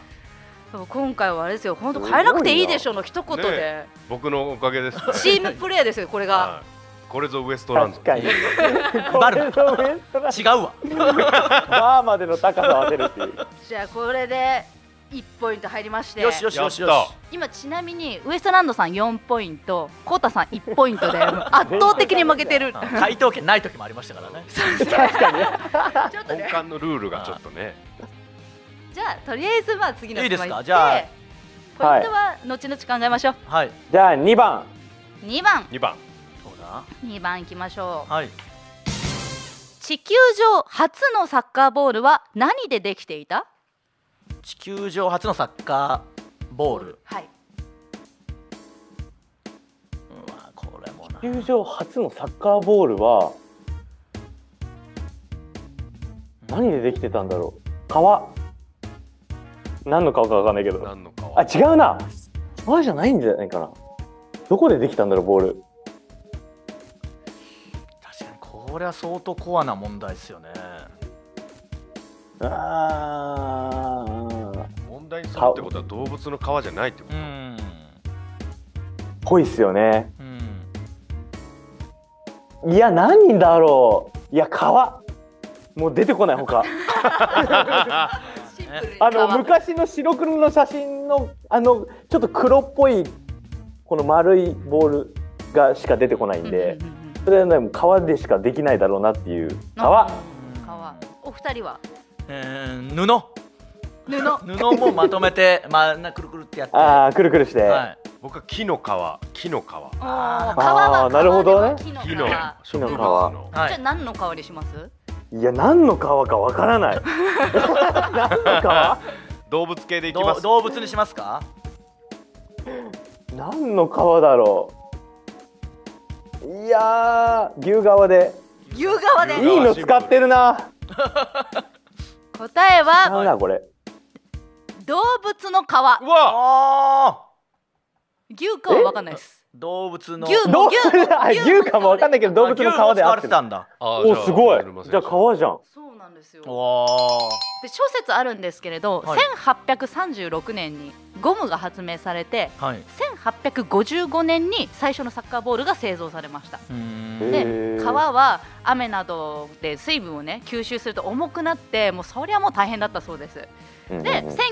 Speaker 3: でも今回はあれですよ本当変えなくていいでしょの一言で、
Speaker 4: ねえ僕のおかげですね
Speaker 3: チームプレーですよこれが
Speaker 4: はいこれぞウエストランド
Speaker 2: 確かに
Speaker 5: バル
Speaker 2: これの上から
Speaker 5: そうか違うわ
Speaker 2: バーまでの高さを当てるっていう
Speaker 3: じゃあこれで1ポイント入りまして
Speaker 5: よしよしよしよし
Speaker 3: 今ちなみにウエストランドさん4ポイントコウタさん1ポイントで圧倒的に負けてる
Speaker 5: うん回答権ない時もありましたから ね
Speaker 3: ちょっと
Speaker 4: 本
Speaker 3: ね
Speaker 4: 館のルールがちょっとね
Speaker 3: じゃあとりあえずまあ次の
Speaker 5: いいです
Speaker 3: 質問行っ
Speaker 5: か
Speaker 3: て
Speaker 5: じゃあ
Speaker 3: ポイントは後々考えましょう、
Speaker 5: はい
Speaker 2: じゃあ2番
Speaker 3: 2番
Speaker 4: 2番
Speaker 5: そうだ
Speaker 3: 2番いきましょう
Speaker 5: はい
Speaker 3: 地球上初のサッカーボールは何でできていた
Speaker 5: 地球上初のサッカーボール
Speaker 3: はい
Speaker 5: うわこれもな
Speaker 2: 球場初のサッカーボールは何でできてたんだろう皮何の皮かわかんないけど
Speaker 4: 何の顔
Speaker 2: あ違うな皮じゃないんじゃないかなどこでできたんだろうボール
Speaker 5: 確かにこれは相当コアな問題ですよね
Speaker 2: あー
Speaker 4: 問題にするってことは動物の皮じゃないってこ
Speaker 5: う
Speaker 4: と
Speaker 5: ん
Speaker 2: ぽいっすよね
Speaker 5: うん
Speaker 2: いや何だろういや皮もう出てこないほか
Speaker 3: シンプルに
Speaker 2: あの昔の白黒の写真のあのちょっと黒っぽいこの丸いボールがしか出てこないんで、
Speaker 3: うんうんうんうん
Speaker 2: それはねもう川でしかできないだろうなっていう
Speaker 3: あ
Speaker 2: 川
Speaker 3: うん皮お二人は
Speaker 5: えー布
Speaker 3: 布
Speaker 5: 布もまとめてまあなくるくるってやって
Speaker 2: ああくるくるして、
Speaker 5: はい
Speaker 4: 僕は木の皮木の皮
Speaker 3: おー
Speaker 5: あ
Speaker 3: 皮は
Speaker 2: なるほどね
Speaker 3: 皮では木
Speaker 4: 木
Speaker 3: の
Speaker 4: の
Speaker 3: 皮
Speaker 2: 木の皮
Speaker 4: 植物の
Speaker 5: は
Speaker 3: じゃあ
Speaker 5: い
Speaker 3: 何の皮にします
Speaker 2: い、や何の川かわからない何の川
Speaker 4: 動物系でいきま
Speaker 5: ど
Speaker 4: す
Speaker 5: 動物にしますか
Speaker 2: 何の川だろういやー牛側で
Speaker 3: 牛側
Speaker 2: い
Speaker 3: で
Speaker 2: いの使ってるな
Speaker 3: 答え
Speaker 2: 違う
Speaker 3: は
Speaker 2: なこれ
Speaker 3: 動物の皮
Speaker 4: うわ
Speaker 5: ああ
Speaker 3: 牛かは分かんないです
Speaker 5: 動物の
Speaker 3: 牛
Speaker 2: どう
Speaker 3: 牛
Speaker 2: あ牛かもわかんないけど動物の川で
Speaker 5: あ
Speaker 2: あ
Speaker 5: 牛も使わ
Speaker 2: っ
Speaker 5: れ
Speaker 2: て
Speaker 5: てた
Speaker 2: る
Speaker 5: んだ
Speaker 4: あ
Speaker 2: おすごいじゃあ
Speaker 4: 皮
Speaker 2: 川じゃん
Speaker 3: そうなんですよ
Speaker 5: おお
Speaker 3: で諸説あるんですけれど、
Speaker 5: はい
Speaker 3: 1836年にゴムが発明されて
Speaker 5: はい
Speaker 3: 1855年に最初のサッカーボールが製造されました
Speaker 5: うーん
Speaker 2: へ
Speaker 3: で
Speaker 2: ー
Speaker 3: 皮は雨などで水分をね吸収すると重くなってもうそりゃもう大変だったそうですで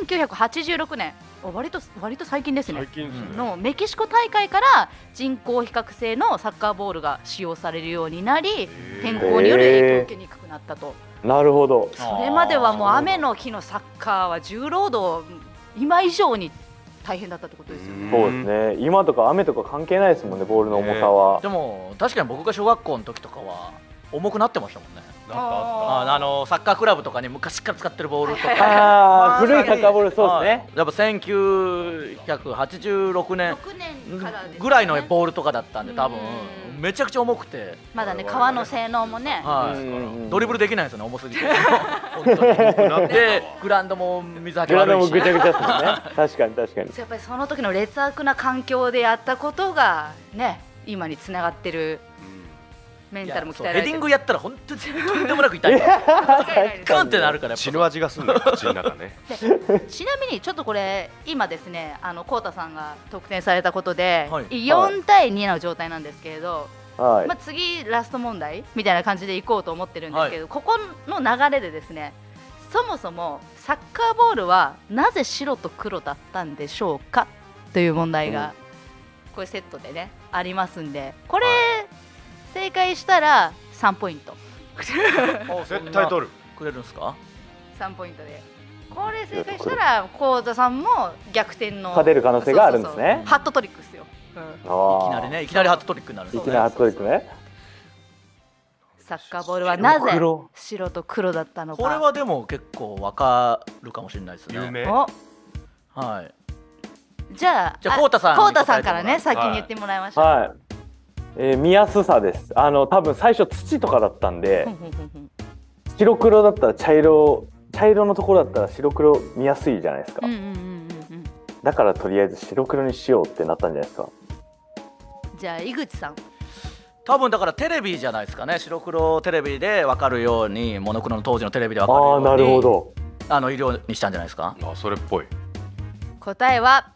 Speaker 3: 1986年お割と割と最近ですね
Speaker 4: 最近ですね
Speaker 3: のメキシコ大会から人工比較性のサッカーボールが使用されるようになり天候による影響を受けにくくなったと
Speaker 2: なるほど
Speaker 5: あー
Speaker 3: それまではもう雨の日のサッカーは重労働今以上に大変だったってことですよね。
Speaker 2: そうですね今とか雨とか関係ないですもんねボールの重さは、
Speaker 5: でも確かに僕が小学校の時とかは重くなってましたもんね
Speaker 4: なんかあった
Speaker 5: ああのサッカークラブとかに昔から使ってるボールとか
Speaker 2: ああ
Speaker 5: まさに
Speaker 2: 古いサッカーボールそうですね
Speaker 5: はいやっぱ1986年
Speaker 3: 6年からですね
Speaker 5: ぐらいのボールとかだったんで多分
Speaker 3: うん
Speaker 5: めちゃくちゃ重くて、
Speaker 3: まだね皮の性能もね
Speaker 5: は
Speaker 2: う
Speaker 5: い
Speaker 2: んうんうん
Speaker 5: ドリブルできないんですよね重す ぎて本当にでグラウンドも水はけ
Speaker 2: グラウンド
Speaker 5: 悪
Speaker 2: も
Speaker 5: いし
Speaker 2: ぐちゃぐちゃ ですもんね確かに確かに
Speaker 3: やっぱりその時の劣悪な環境でやったことがね今につながってるメン
Speaker 5: い
Speaker 3: タ
Speaker 5: や
Speaker 3: ルも
Speaker 5: そ
Speaker 3: 鍛
Speaker 5: う
Speaker 3: えら
Speaker 5: ヘ
Speaker 3: れ
Speaker 5: デ
Speaker 3: て
Speaker 5: ィ
Speaker 3: る
Speaker 5: ングやったら本 当にとんでもなく痛いクンってなるからやっぱ
Speaker 4: 血の味がするんだよ口の中ね
Speaker 3: ちなみにちょっとこれ今ですねあのコウタさんが得点されたことで、
Speaker 5: はい
Speaker 3: 4対2の状態なんですけれど、
Speaker 2: はい、
Speaker 3: まあ、次ラスト問題みたいな感じでいこうと思ってるんですけど、ここの流れでですねそもそもサッカーボールはなぜ白と黒だったんでしょうかという問題が、これセットでねありますんでこれ、正解したら3ポイント
Speaker 4: 絶対取る
Speaker 5: くれるんですか
Speaker 3: 3ポイントでこれ正解したら幸田さんも逆転の
Speaker 2: 勝てる可能性があるんですね
Speaker 3: そうそうそうハットトリックですよ、
Speaker 5: い
Speaker 2: あ
Speaker 5: き
Speaker 2: ー
Speaker 5: なりねいきなりハットトリックになるん
Speaker 2: い
Speaker 5: で
Speaker 2: き
Speaker 5: す
Speaker 2: な
Speaker 5: ね
Speaker 2: りハットトリックね
Speaker 3: サッカーボールはなぜ
Speaker 2: 黒
Speaker 3: 白と黒だったのか
Speaker 5: これはでも結構わかるかもしれないですね
Speaker 4: 有名
Speaker 3: お
Speaker 5: はい
Speaker 3: じゃあ
Speaker 5: じゃあこうたさんに
Speaker 3: こうたさんからね
Speaker 5: 答
Speaker 4: えても
Speaker 3: 先
Speaker 4: らう
Speaker 3: に言ってもらいました、
Speaker 2: はい。えー見やすさです。あの多分最初土とかだったんで
Speaker 3: ふん、ふんふんふん
Speaker 2: 白黒だったら茶色、茶色のところだったら白黒見やすいじゃないですか。
Speaker 3: うんうんうんうん
Speaker 2: だからとりあえず白黒にしようってなったんじゃないですか。
Speaker 3: うんじゃあ井口さん
Speaker 5: 多分だからテレビじゃないですかね白黒テレビで分かるようにモノクロの当時のテレビで分かる
Speaker 2: あ
Speaker 5: よう
Speaker 2: あ、
Speaker 5: に
Speaker 2: なるほど。
Speaker 5: あの医療にしたんじゃないですか
Speaker 4: あそれっぽい
Speaker 3: 答えは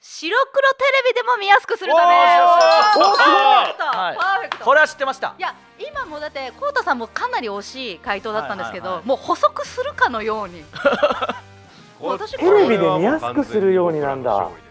Speaker 3: 白黒テレビでも見やすくするため
Speaker 5: おー
Speaker 3: おー
Speaker 5: よしよしよし
Speaker 3: パーフェクト、
Speaker 5: はい
Speaker 3: パーフェクト
Speaker 5: これは知ってました
Speaker 3: いや今もだってこうたさんもかなり惜しい回答だったんですけど、
Speaker 5: はいはいはい
Speaker 3: もう補足するかのようにもう私
Speaker 2: テレビで見やすくするようになんだ
Speaker 4: これはもう完全に僕らの勝利ですね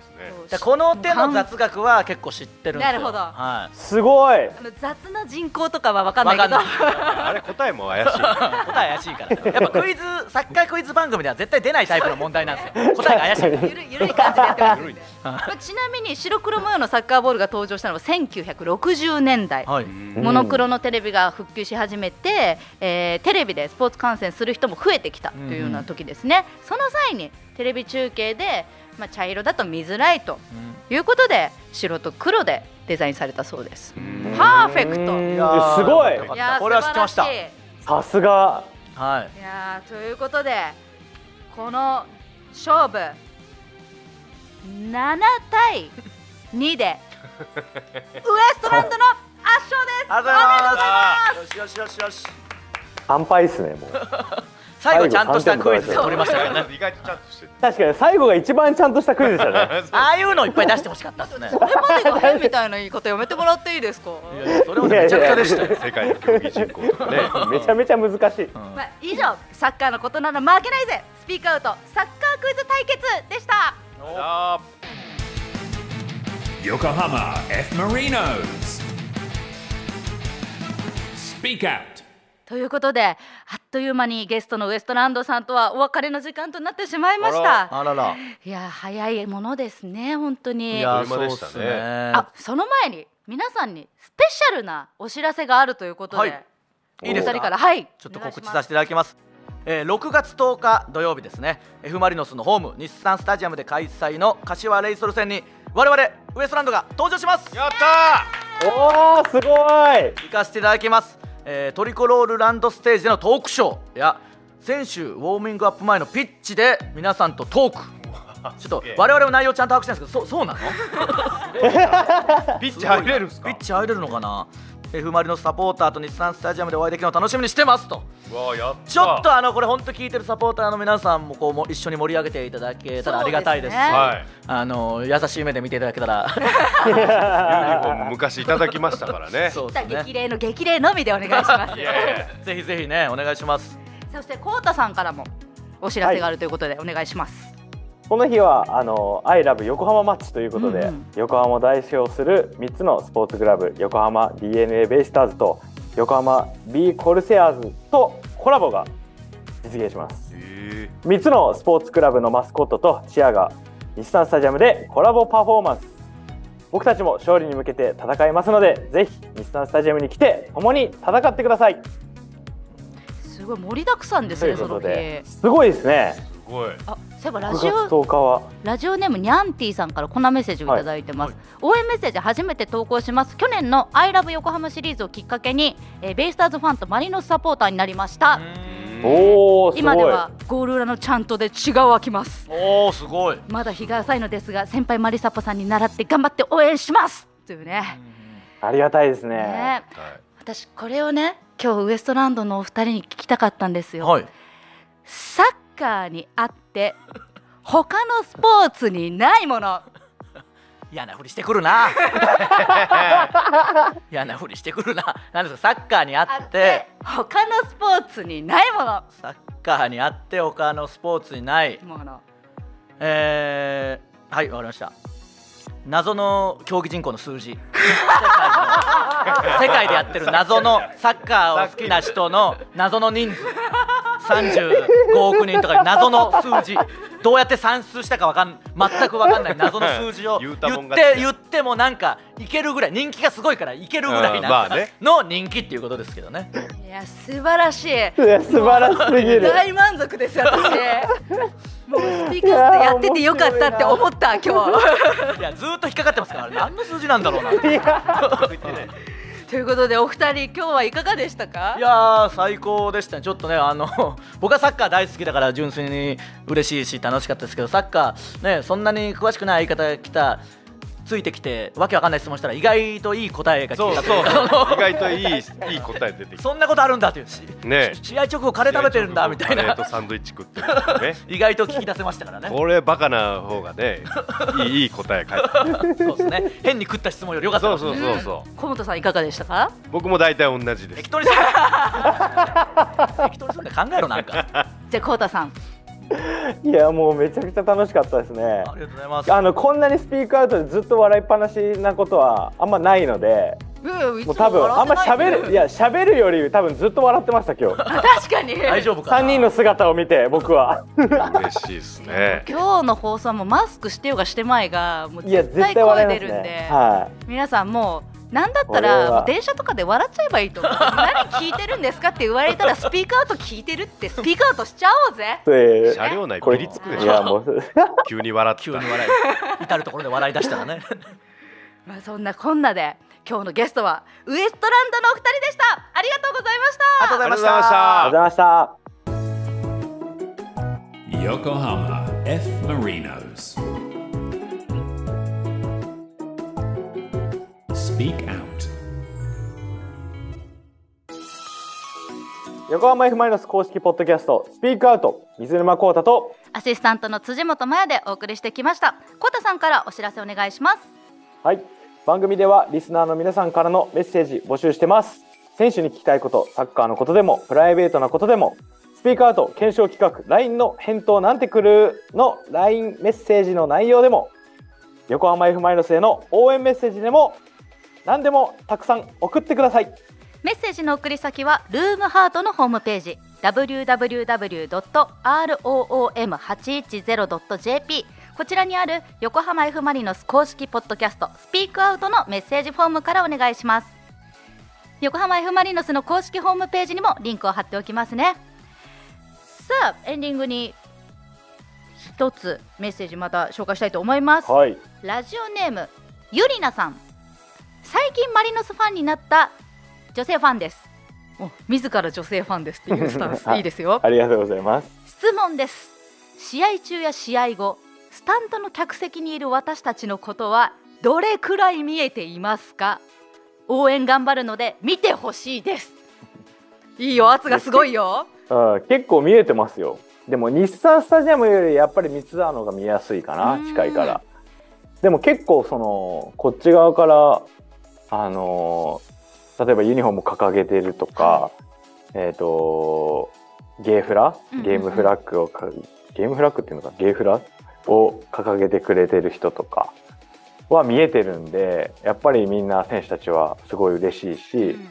Speaker 5: でこの手の雑学は結構知ってるんですよ
Speaker 3: なるほど
Speaker 5: は
Speaker 2: すごい。
Speaker 3: あの雑な人口とかは分かんないけど
Speaker 5: わかんな、
Speaker 4: あれ答えも 怪しいはい
Speaker 5: 答え怪しいからねやっぱクイズサッカークイズ番組では絶対出ないタイプの問題なんですよ答えが怪しい
Speaker 2: 確か
Speaker 3: ゆ
Speaker 2: に
Speaker 3: る ゆるい感じでやって ますんで
Speaker 4: ゆるい
Speaker 3: まあちなみに白黒模様のサッカーボールが登場したのは1960年代、
Speaker 5: はい
Speaker 4: い
Speaker 3: モノクロのテレビが復旧し始めて、えーテレビでスポーツ観戦する人も増えてきたというような時ですね、その際にテレビ中継で、まあ、茶色だと見づらいということで白と黒でデザインされたそうです。パーフェク
Speaker 2: う
Speaker 3: ト
Speaker 2: ん
Speaker 5: いやー
Speaker 2: すごい
Speaker 5: よかっ
Speaker 3: いや
Speaker 5: た
Speaker 3: ー
Speaker 5: これは知ってました
Speaker 3: 素晴
Speaker 5: は
Speaker 3: ら
Speaker 5: い
Speaker 3: しい
Speaker 2: さすが。
Speaker 3: いやーということでこの勝負7対2で ウエストランドの圧勝です
Speaker 5: ありがとうございますよしよしよしよし
Speaker 2: 乾杯ですね。もう。
Speaker 5: 最後ちゃんとしたクイズで取りましたからね
Speaker 4: 意外とちゃんとしてる
Speaker 2: 確かに最後が一番ちゃんとしたクイズでした ね。
Speaker 5: ああいうのいっぱい出してほしかったですね
Speaker 3: これまでが変みたいな言い方やめてもらっていいですか、
Speaker 5: それもめちゃくちゃでしたよ
Speaker 4: 世界の競技人口と かね
Speaker 2: めちゃめちゃ難しい。
Speaker 3: まあ、以上サッカーのことなら負けないぜスピークアウトサッカークイズ対決でした
Speaker 4: あ
Speaker 1: Yokohama F. Marinos. Speak Out.
Speaker 3: ということであっという間にゲストのウエストランドさんとはお別れの時間となってしまいました
Speaker 5: あらら
Speaker 3: いや早いものですね本当に
Speaker 5: いやー
Speaker 4: 車でしたね
Speaker 5: そうっすね
Speaker 3: あその前に皆さんにスペシャルなお知らせがあるということで、
Speaker 5: はいいいです
Speaker 3: お
Speaker 5: か
Speaker 3: 二人からはい
Speaker 5: ちょっと告知させていただきます。えー6月10日土曜日ですね F ・マリノスのホーム日産スタジアムで開催の柏レイソル戦に我々ウエストランドが登場します
Speaker 4: ーやった
Speaker 2: おお、すごい。
Speaker 5: 行かせていただきます、えートリコロールランドステージでのトークショーや選手ウォーミングアップ前のピッチで皆さんとトー クちょっと
Speaker 4: げえ
Speaker 5: 我々も内容ちゃんと把握してないんですけどそうそう なの
Speaker 4: ーピッチ入れるんすか
Speaker 5: ピッチ入れるのかな F ・マリノスサポーターと日産スタジアムでお会いできるのを楽しみにしてますと
Speaker 4: うわーやった
Speaker 5: ちょっとあのこれ本当聞いてるサポーターの皆さんもこうも一緒に盛り上げていただけたらありがたいですし
Speaker 3: そうですね
Speaker 4: はい
Speaker 5: あの優しい目で見ていただけたら
Speaker 4: ユニフォ ーム昔いただきましたからね
Speaker 5: そうです
Speaker 3: 激
Speaker 5: ね
Speaker 3: 励の激励のみでお願いします
Speaker 4: いやいや
Speaker 5: ぜひぜひねお願いします
Speaker 3: そしてコウタさんからもお知らせがあるということでお願いします、
Speaker 2: この日はあの I love 横浜マッチということで、
Speaker 3: うんうん
Speaker 2: 横浜を代表する3つのスポーツクラブ横浜 DNA ベイスターズと横浜 B コルセアーズとコラボが実現します
Speaker 4: え
Speaker 2: 3つのスポーツクラブのマスコットとチアが日産スタジアムでコラボパフォーマンス僕たちも勝利に向けて戦いますのでぜひ日産スタジアムに来て共に戦ってください
Speaker 3: すごい盛りだくさんです
Speaker 2: と
Speaker 3: ね
Speaker 2: いうこ
Speaker 3: その
Speaker 2: と
Speaker 3: 日
Speaker 2: ですごいですね
Speaker 4: ー、すごい
Speaker 3: あそういえばラ
Speaker 2: 6
Speaker 3: ジ
Speaker 2: 月
Speaker 3: オ
Speaker 2: 10日は
Speaker 3: ラジオネームにゃんてぃさんからこんなメッセージをいただいてます、
Speaker 5: は
Speaker 3: 応援メッセージ初めて投稿します去年の「ILOVE 横浜」シリーズをきっかけに、えーベイスターズファンとマリノスサポーターになりました
Speaker 2: おーすごい
Speaker 3: 今ではゴール裏のちゃんとで違う開きます
Speaker 5: おおすごい
Speaker 3: まだ日が浅いのですが先輩マリサポさんに習って頑張って応援しますというね
Speaker 2: ありがたいです
Speaker 3: ね
Speaker 4: はい
Speaker 3: 私これをね今日ウエストランドのお二人に聞きたかったんですよ、
Speaker 5: はい
Speaker 3: サッカーにあって他のスポーツにないもの
Speaker 5: 嫌なふりしてくるな嫌なふりしてくるななんですかサッカーにあ
Speaker 3: あっ
Speaker 5: っ
Speaker 3: てて他のスポーツにないもの
Speaker 5: サッカーにあって他のスポーツにない
Speaker 3: もの
Speaker 5: えー、はいわかりました謎の競技人口の数字 世界の世界でやってる謎のサッカーを好きな人の謎の人数35億人とかいう謎の数字どうやって算数したかわかん全くわかんない謎の数字を言 っ
Speaker 4: 言う
Speaker 5: て
Speaker 4: たも
Speaker 5: 言っ
Speaker 4: ん勝ちだ
Speaker 5: てもなんかいけるぐらい人気がすごいからいけるぐらい
Speaker 4: うんま
Speaker 5: な
Speaker 4: あね
Speaker 5: の人気っていうことですけどね
Speaker 3: いや素晴らしい
Speaker 2: ねいや素晴らしすぎる
Speaker 3: 大満足ですよ私もうスピーカーってやっててよかったって思った今日
Speaker 5: いやずーっと引っかかってますからあれ何の数字なんだろうない
Speaker 3: ということでお二人今日はいかがでしたか
Speaker 5: やー最高でしたねちょっとねあの 僕はサッカー大好きだから純粋に嬉しいし楽しかったですけどサッカーねそんなに詳しくない相方来たついてきてわけわかんない質問したら意外といい答えが聞
Speaker 4: そう
Speaker 5: い
Speaker 4: そ
Speaker 5: た
Speaker 4: う
Speaker 5: とい
Speaker 4: そう
Speaker 5: うかその
Speaker 4: 意外といいいい答え出てき
Speaker 5: そんなことあるんだっていうし、
Speaker 4: たね
Speaker 5: し試合直後カレー食べてるんだみたい
Speaker 4: カレー
Speaker 5: な
Speaker 4: とサンドイッチ食ってるからね
Speaker 5: 意外と聞き出せましたからね
Speaker 4: これバカな方がねいいいい答え返ってくる
Speaker 5: そうですね変に食った質問よりよかった
Speaker 4: そ
Speaker 5: か
Speaker 4: う
Speaker 5: もしれ
Speaker 4: そう
Speaker 5: ない
Speaker 4: そうそ
Speaker 3: 小本さんいかがでしたか
Speaker 4: う僕も大体同じです
Speaker 5: 適当にする適当にするんだ考えろなん かあ
Speaker 3: じゃあコウタさん
Speaker 2: いやもうめちゃくちゃ楽しかったですね
Speaker 5: りがとうございます
Speaker 2: あのこんなにスピークアウトでずっと笑いっぱなしなことはあんまないのでもう多分あんま喋るいや喋るより多分ずっと笑ってました今日
Speaker 3: 確かに
Speaker 5: 大丈夫か
Speaker 2: 3
Speaker 5: な
Speaker 2: 人の姿を見て僕は
Speaker 4: 嬉しいですね
Speaker 3: 今日の放送はもうマスクしてようがしてまいがもう
Speaker 2: いや
Speaker 3: 絶
Speaker 2: 絶
Speaker 3: 対
Speaker 2: 対笑
Speaker 3: 声
Speaker 2: いま
Speaker 3: 出
Speaker 2: す
Speaker 3: るんで、
Speaker 2: ねは
Speaker 3: 皆さんもうなんだった
Speaker 2: これ
Speaker 3: ら
Speaker 2: は
Speaker 3: もう電車とかで笑っちゃえばいいと思う何聞いてるんですかって言われたらスピーカーアウト聞いてるってスピーカーアウトしちゃおうぜ
Speaker 2: いで
Speaker 4: 車両内
Speaker 2: こ
Speaker 4: ピ
Speaker 2: れ
Speaker 4: リつくで
Speaker 2: い
Speaker 4: し
Speaker 2: や
Speaker 4: ょ
Speaker 2: もう
Speaker 4: 急に笑っ
Speaker 5: 急
Speaker 4: た
Speaker 5: に笑い至る所で笑い出したらね
Speaker 3: まあそんなこんなで今日のゲストはウエストランドのお二人でしたありがとうございました
Speaker 5: ありがとうございまし
Speaker 4: あり
Speaker 2: ありが
Speaker 5: た
Speaker 4: がとうございました
Speaker 2: とうございまし
Speaker 1: Yokohama
Speaker 2: た
Speaker 1: F. Marinos. Speak Out.
Speaker 2: 横浜 F ・マイナス公式ポッドキャストスピークアウト水沼孝太と
Speaker 3: アシスタントの辻本麻也でお送りしてきましたコタさんからお知らせお願いします
Speaker 2: はい番組ではリスナーの皆さんからのメッセージ募集してます選手に聞きたいことサッカーのことでもプライベートなことでもスピークアウト検証企画 LINE の返答なんてくるの LINE メッセージの内容でも横浜 F ・マイナスへの応援メッセージでも何でもたくさん送ってください
Speaker 3: メッセージの送り先はルームハートのホームページ www.room810.jp こちらにある横浜 F ・マリノス公式ポッドキャストスピークアウトのメッセージフォームからお願いします横浜 F ・マリノスの公式ホームページにもリンクを貼っておきますねさあエンディングに一つメッセージまた紹介したいと思います
Speaker 2: はい
Speaker 3: ラジオネームゆりなさん最近マリノスファンになった女性ファンですお自ら女性ファンですっていうスタンス
Speaker 2: はい
Speaker 3: いいですよ
Speaker 2: ありがとうございます
Speaker 3: 質問です試合中や試合後スタンドの客席にいる私たちのことはどれくらい見えていますか応援頑張るので見てほしい ですいいよ圧がすごいよ
Speaker 2: うん、結構見えてますよでも日産スタジアムよりやっぱり三ツ沢の方が見やすいか
Speaker 3: う
Speaker 2: なん近いからでも結構そのこっち側からあのー例えばユニフォーム掲げてるとか、えっ、とゲーフラ
Speaker 3: うんうんうん
Speaker 2: ゲームフラッグをかゲームフラッグっていうのかゲーフラを掲げてくれてる人とかは見えてるんでやっぱりみんな選手たちはすごい嬉しいし、
Speaker 3: うん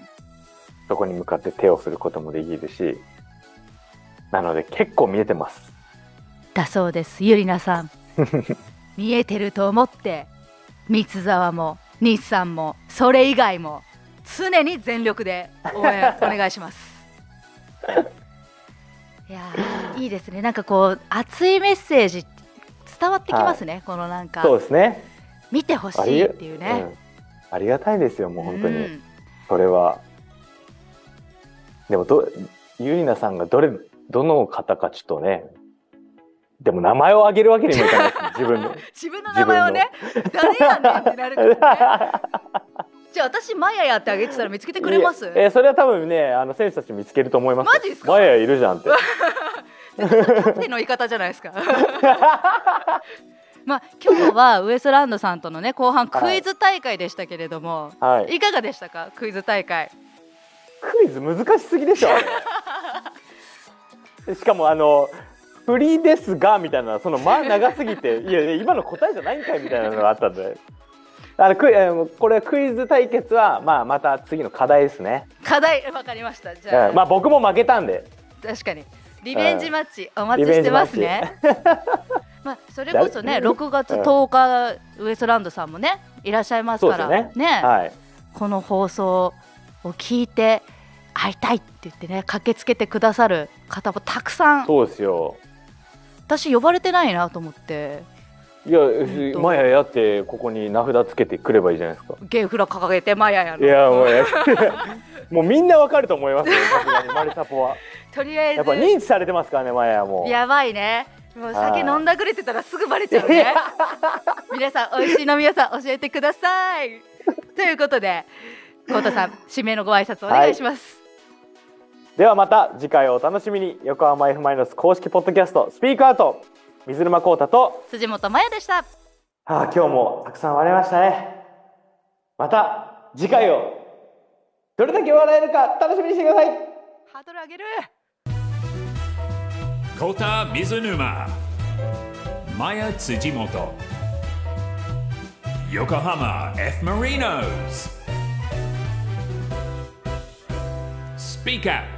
Speaker 2: そこに向かって手を振ることもできるし、なので結構見えてます。
Speaker 3: だそうですゆりな さん見えてると思って三沢も日産もそれ以外も常に全力で応援お願いし ますいやーいいですねなんかこう熱いメッセージ伝わってきますね、このなんか
Speaker 2: そうですね。
Speaker 3: 見てほし
Speaker 2: り
Speaker 3: い
Speaker 2: が
Speaker 3: っていうね、
Speaker 2: んありがたいですよ、もう本当に。
Speaker 3: うん
Speaker 2: それは。でもど、ゆりなさんがどれ、どの方かちょっとね、でも名前を挙げるわけにもいかない し自分の。
Speaker 3: 自分の名前をね誰やねんってなる からねじゃあ私マヤやってあげてたら見つけてくれま す
Speaker 2: いええーそれは多分ね、あの選手たち見つけると思いますよ。
Speaker 3: マジっすか
Speaker 2: マヤいるじゃんって。
Speaker 3: 手の言い方じゃない ですか。まあ今日はウエストランドさんとのね後半クイズ大会でしたけれども、
Speaker 2: はい
Speaker 3: い、かがでしたかクイズ大会。
Speaker 2: クイズ難しすぎでし ょあれしかもあの「振りですが」みたいなその間長すぎ て「いやいや今の答えじゃないんかい」みたいなのがあったんであのクイあのこれクイズ対決は、まあ、また次の課題ですね、
Speaker 3: 課題わかりました。じゃあ、
Speaker 2: うんまあ僕も負けたんで
Speaker 3: 確かにリベンジマッチお待ちしてますね。まあそれこそね
Speaker 2: だ
Speaker 3: 6月10日ウエストランドさんもねいらっしゃいます
Speaker 2: そう
Speaker 3: か
Speaker 2: です
Speaker 3: ら
Speaker 2: よね
Speaker 3: ね
Speaker 2: はい
Speaker 3: この放送を聞いて会いたいって言ってね駆けつけてくださる方もたくさん
Speaker 2: そうですよ
Speaker 3: 私呼ばれてないなと思って
Speaker 2: いや
Speaker 3: んと
Speaker 2: マヤやってここに名札つけてくればいいじゃないですか
Speaker 3: ゲンフラ掲げてマヤや
Speaker 2: い
Speaker 3: の
Speaker 2: やもうや もうみんなわかると思いますよさすがにマルサポは
Speaker 3: とりあえず
Speaker 2: やっぱ認知されてますからねマヤもう
Speaker 3: やばいねもう酒
Speaker 2: はい
Speaker 3: 飲んだくれてたらすぐバレちゃうね皆さん美味しい飲み屋さん教えてくださいということでコウタさん指名のご挨拶お願いします、
Speaker 2: ではまた次回をお楽しみに横浜 F ・マイナス公式ポッドキャストスピークアウト水沼宏太と
Speaker 3: 辻本マヤでした
Speaker 2: ああ今日もたくさん笑いましたねまた次回をどれだけ笑えるか楽しみにしてください
Speaker 3: ハードル上げる
Speaker 1: Kota Mizunuma, Maya Tsujimoto, Yokohama F. Marinos. Speak Out.